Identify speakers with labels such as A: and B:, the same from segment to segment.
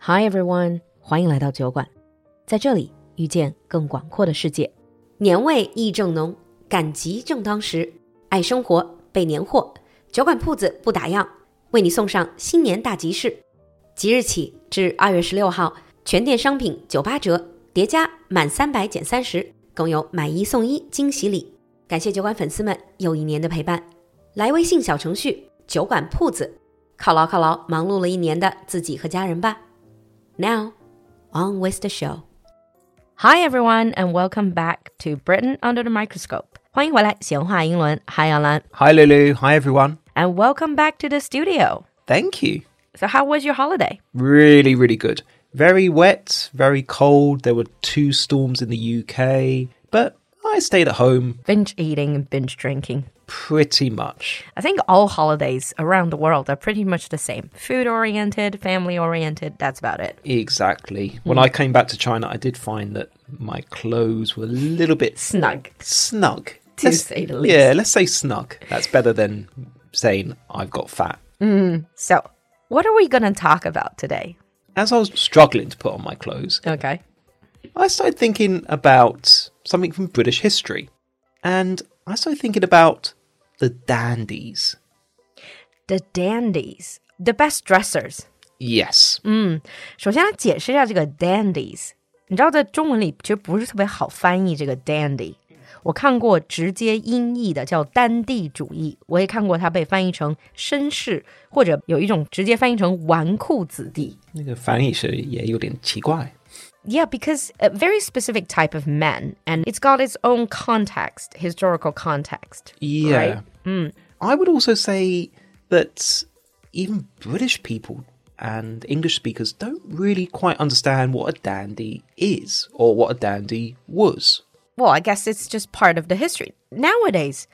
A: Hi everyone，欢迎来到酒馆，在这里遇见更广阔的世界。
B: 年味意正浓，赶集正当时，爱生活备年货，酒馆铺子不打烊，为你送上新年大集市。即日起至二月十六号，全店商品九八折，叠加满三百减三十，更有买一送一惊喜礼。感谢酒馆粉丝们又一年的陪伴，来微信小程序“酒馆铺子”，犒劳犒劳忙碌了一年的自己和家人吧。Now, on with the show.
A: Hi everyone and welcome back to Britain under the microscope，欢迎回来，闲话英伦，嗨杨澜
C: Hi, Lulu. Hi, everyone.
A: ，and welcome back to the studio。
C: Thank you.
A: So how was your holiday？
C: Really, really good. Very wet, very cold. There were two storms in the UK, but I stayed at home
A: Binge eating and binge drinking.
C: pretty much.
A: I think all holidays around the world are pretty much the same. Food oriented, family oriented, that's about it.
C: Exactly.
A: Hmm.
C: When I came back to China, I did find that my clothes were a little bit s-
A: Snug.
C: snug.
A: To say the least.
C: Yeah, let's say snug. That's better than saying I've got fat.
A: So, what are we going to talk about today?
C: As I was struggling to put on my clothes,
A: Okay.
C: I started thinking about something from British history. And I started thinking about the dandies.
A: The dandies, the best dressers.
C: Yes.
A: 首先来解释一下这个 dandies，你知道在中文里其实不是特别好翻译这个 dandy。我看过直接音译的叫丹地主义，我也看过它被翻译成绅士，或者有一种直接翻译成纨绔子弟。
C: 那个翻译是也有点奇怪。
A: Yeah, because a very specific type of man, and it's got its own context, historical context.
C: Yeah.
A: Right?
C: I would also say that even British people and English speakers don't really quite understand what a dandy is or what a dandy was.
A: well, I guess it's just part of the history. Nowadays,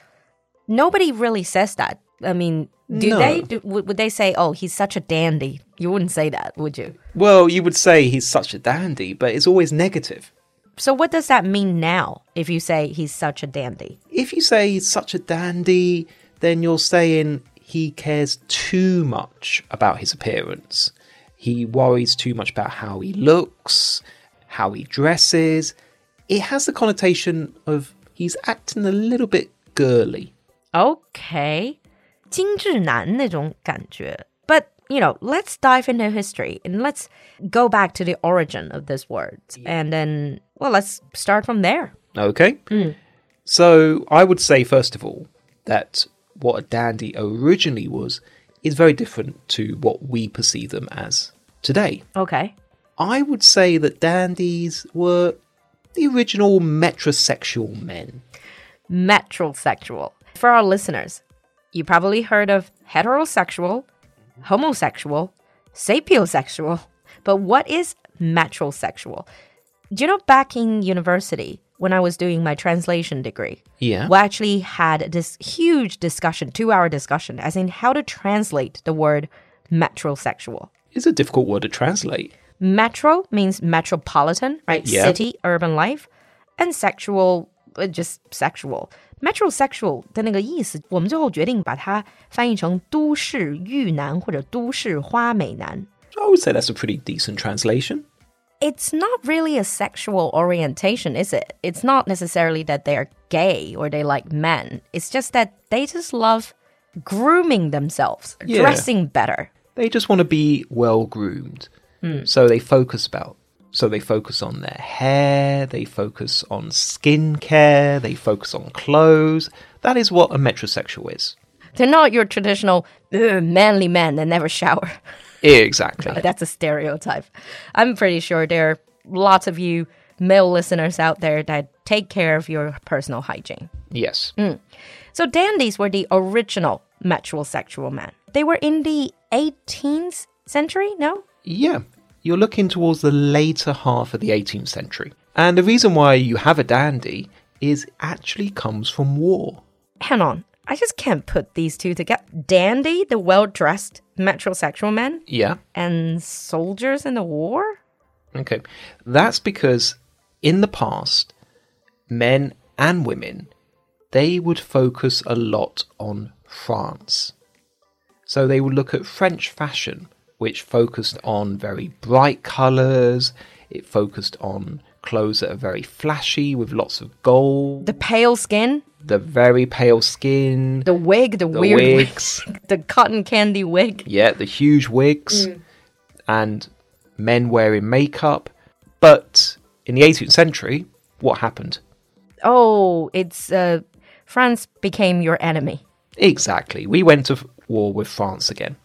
A: nobody really says that. I mean, do
C: No.
A: they? Do, would would they say, "Oh, he's such a dandy"? You wouldn't say that, would you?
C: Well, you would say he's such a dandy, but it's always negative.
A: So, what does that mean now? If you say he's such a dandy,
C: If you say he's such a dandy, then you're saying he cares too much about his appearance. He worries too much about how he looks, how he dresses. It has the connotation of he's acting a little bit girly.
A: okay, 精致男那种感觉. But you know, let's dive into history and let's go back to the origin of this word, and then well, let's start from there.
C: Okay? So I would say, first of all, that what a dandy originally was is very different to what we perceive them as today.
A: Okay.
C: I would say that dandies were the original metrosexual men.
A: metrosexual. For our listeners, you probably heard of heterosexual, homosexual, sapiosexual, but what is metrosexual? Do you know back in university when I was doing my translation degree?
C: Yeah.
A: We actually had this huge discussion, two hour discussion, as in how to translate the word metrosexual.
C: It's a difficult word to translate.
A: Metro means metropolitan, right?
C: Yeah.
A: City, urban life, and sexual, uh, just sexual. Metrosexual 的那个意思，我们最后决定把它翻译成都市玉男或者都市花美男。
C: I would say that's a pretty decent translation.
A: It's not really a sexual orientation, is it? It's not necessarily that they are gay or they like men. It's just that they just love grooming themselves,
C: Yeah.
A: dressing better.
C: They just want to be well groomed. So they focus about so they focus on their hair, they focus on skincare, they focus on clothes. That is what a metrosexual is.
A: They're not your traditional "Ugh, manly men that never shower.
C: Exactly.
A: But that's a stereotype. I'm pretty sure there are lots of you male listeners out there that take care of your personal hygiene.
C: Yes.
A: So dandies were the original metrosexual men. They were in the 18th century, no?
C: Yeah, you're looking towards the later half of the 18th century. And the reason why you have a dandy is actually comes from war.
A: Hang on. I just can't put these two together. Dandy, the well-dressed metrosexual men,
C: Yeah.
A: and soldiers in the war?
C: Okay. That's because in the past, men and women, they would focus a lot on France. So they would look at French fashion which focused on very bright colors. It focused on clothes that are very flashy with lots of gold,
A: The pale skin,
C: the very pale skin,
A: the wig, the,
C: the
A: weird wig,
C: wigs.
A: the cotton candy wig.
C: Yeah, the huge wigs
A: Mm.
C: and men wearing makeup. But in the 18th century, what happened?
A: Oh, it's uh, France became your enemy.
C: Exactly. We went to war with France again.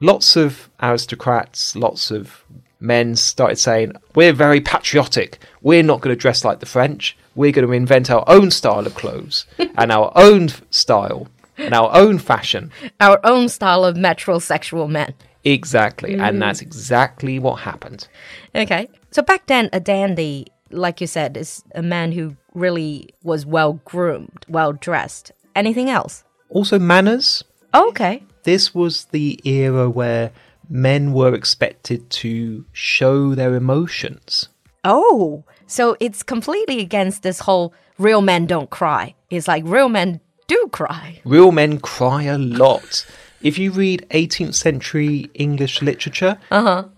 C: Lots of aristocrats, lots of men started saying, We're very patriotic. We're not going to dress like the French. We're going to invent our own style of clothes and our own f- style and our own fashion.
A: Our own style of metrosexual men.
C: Exactly. And that's exactly what happened.
A: Okay. So back then, a dandy, like you said, is a man who really was well groomed, well dressed. Anything else?
C: Also, manners.
A: Okay.
C: this was the era where men were expected to show their emotions.
A: Oh, so it's completely against this whole real men don't cry. It's like real men do cry.
C: Real men cry a lot. If you read 18th century English literature,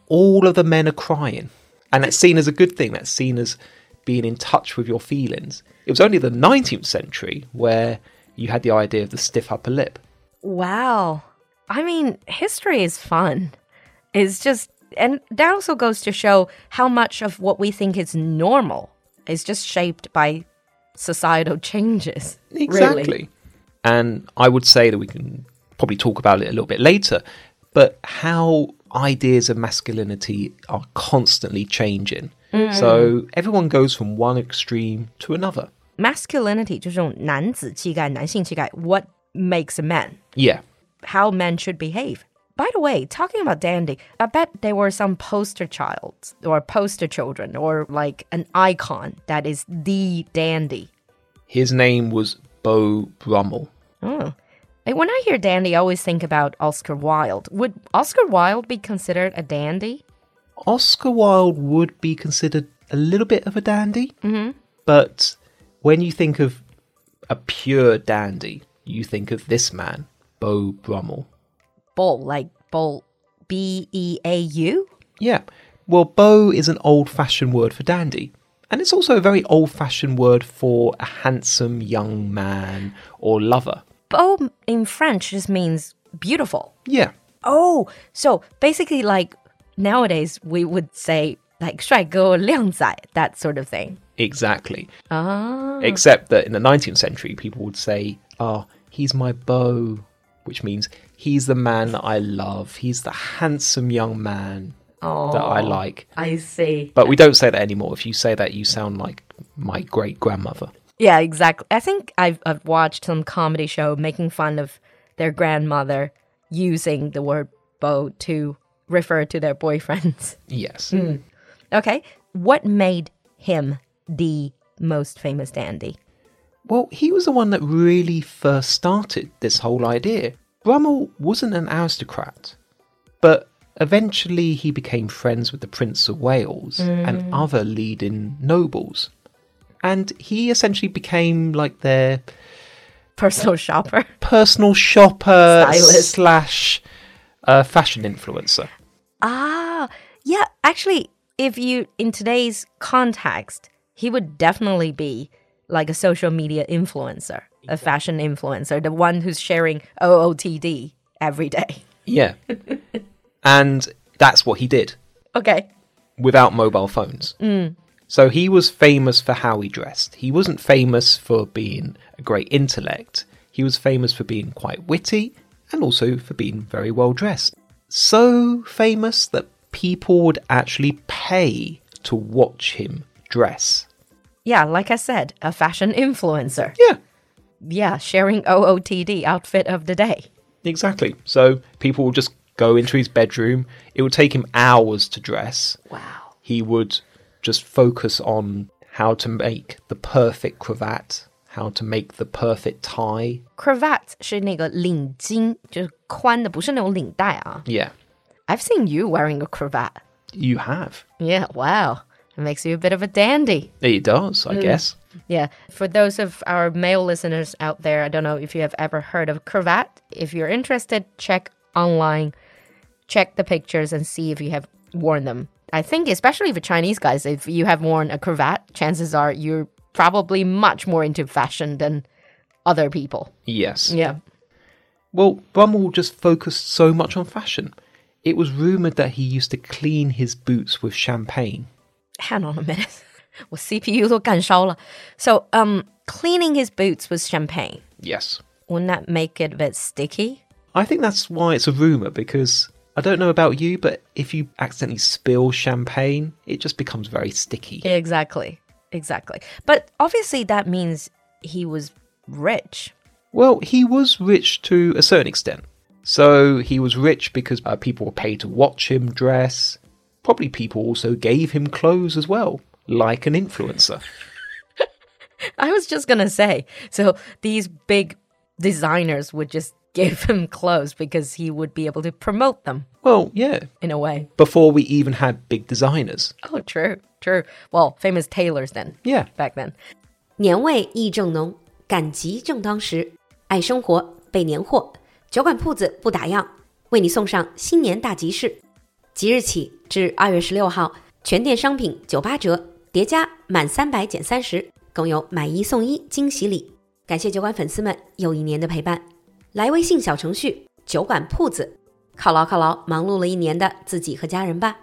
C: all of the men are crying. And that's seen as a good thing. That's seen as being in touch with your feelings. It was only the 19th century where you had the idea of the stiff upper lip.
A: Wow. I mean, history is fun. It's just, and that also goes to show how much of what we think is normal is just shaped by societal changes. really.
C: Exactly. And I would say that we can probably talk about it a little bit later, but how ideas of masculinity are constantly changing. So everyone goes from one extreme to another.
A: Masculinity, 这种男子气概,男性气概, what makes a man?
C: Yeah.
A: how men should behave. By the way, talking about dandy, I bet they were some poster childs or poster children or like an icon that is the dandy.
C: His name was Beau Brummel.
A: Oh. Like, when I hear dandy, I always think about Oscar Wilde. Would Oscar Wilde be considered a dandy?
C: Oscar Wilde would be considered a little bit of a dandy, but when you think of a pure dandy, you think of this man, Beau Brummel.
A: Bull, like bull, B E A U?
C: Yeah. Well, beau is an old fashioned word for dandy. And it's also a very old fashioned word for a handsome young man or lover.
A: Beau in French just means beautiful.
C: Yeah.
A: Oh, so basically, like nowadays we would say like 帅哥靓仔 that sort of thing.
C: Exactly.
A: Ah,
C: Except that in the 19th century, people would say, oh, he's my beau, which means he's the man that I love. He's the handsome young man that I like.
A: I see.
C: But we don't say that anymore. If you say that, you sound like my great grandmother.
A: Yeah, exactly. I think I've I've watched some comedy show making fun of their grandmother using the word beau to refer to their boyfriends.
C: Yes.
A: Okay, what made him the most famous dandy?
C: Well, he was the one that really first started this whole idea. Brummel wasn't an aristocrat, but eventually he became friends with the Prince of Wales and other leading nobles. And he essentially became like their
A: Personal shopper.
C: personal shopper
A: Stylist.
C: slash uh, fashion influencer.
A: Ah, yeah. Actually, if you in today's context, he would definitely be like a social media influencer, a fashion influencer, the one who's sharing OOTD every day.
C: Yeah. and that's what he did.
A: Okay.
C: without mobile phones. So he was famous for how he dressed. He wasn't famous for being a great intellect. He was famous for being quite witty and also for being very well dressed. So famous that people would actually pay to watch him dress.
A: Yeah, like I said, a fashion influencer.
C: Yeah,
A: Yeah, sharing OOTD outfit of the day.
C: exactly. So people would just go into his bedroom. It would take him hours to dress.
A: Wow.
C: he would just focus on how to make the perfect cravat, how to make the perfect tie.
A: Cravat 是那个领巾，就是宽的，不是那种领带啊。I've
C: Yeah,
A: seen you wearing a cravat.
C: you have.
A: Yeah, wow. It makes you a bit of a dandy.
C: It does, I
A: Mm.
C: guess.
A: Yeah. For those of our male listeners out there, I don't know if you have ever heard of cravat. If you're interested, check online check the pictures and see if you have worn them. I think, especially for Chinese guys, if you have worn a cravat, chances are you're probably much more into fashion than other people.
C: Yes.
A: Yeah.
C: Well, Brummel just focused so much on fashion. It was rumoured that he used to clean his boots with champagne.
A: Hang on a minute. 我 CPU 都干烧了. So, um, cleaning his boots with champagne.
C: Yes.
A: Wouldn't that make it a bit sticky?
C: I think that's why it's a rumour, because I don't know about you, but if you accidentally spill champagne, it just becomes very sticky.
A: Exactly. Exactly. But obviously, that means he was rich.
C: Well, he was rich to a certain extent. So he was rich because uh, people were paid to watch him dress. Probably people also gave him clothes as well, like an influencer.
A: I was just gonna say, so these big designers would just give him clothes because he would be able to promote them
C: Well, yeah,
A: in a way.
C: before we even had big designers.
A: Oh, true, true. Well, famous tailors then,
C: Yeah.
A: back then.
B: 年味意正浓，赶集正当时，爱生活备年货，酒馆铺子不打烊，为你送上新年大集市。即日起至二月十六号，全店商品九八折，叠加满三百减三十，更有买一送一惊喜礼。感谢酒馆粉丝们又一年的陪伴，来微信小程序“酒馆铺子”，犒劳犒劳忙碌了一年的自己和家人吧。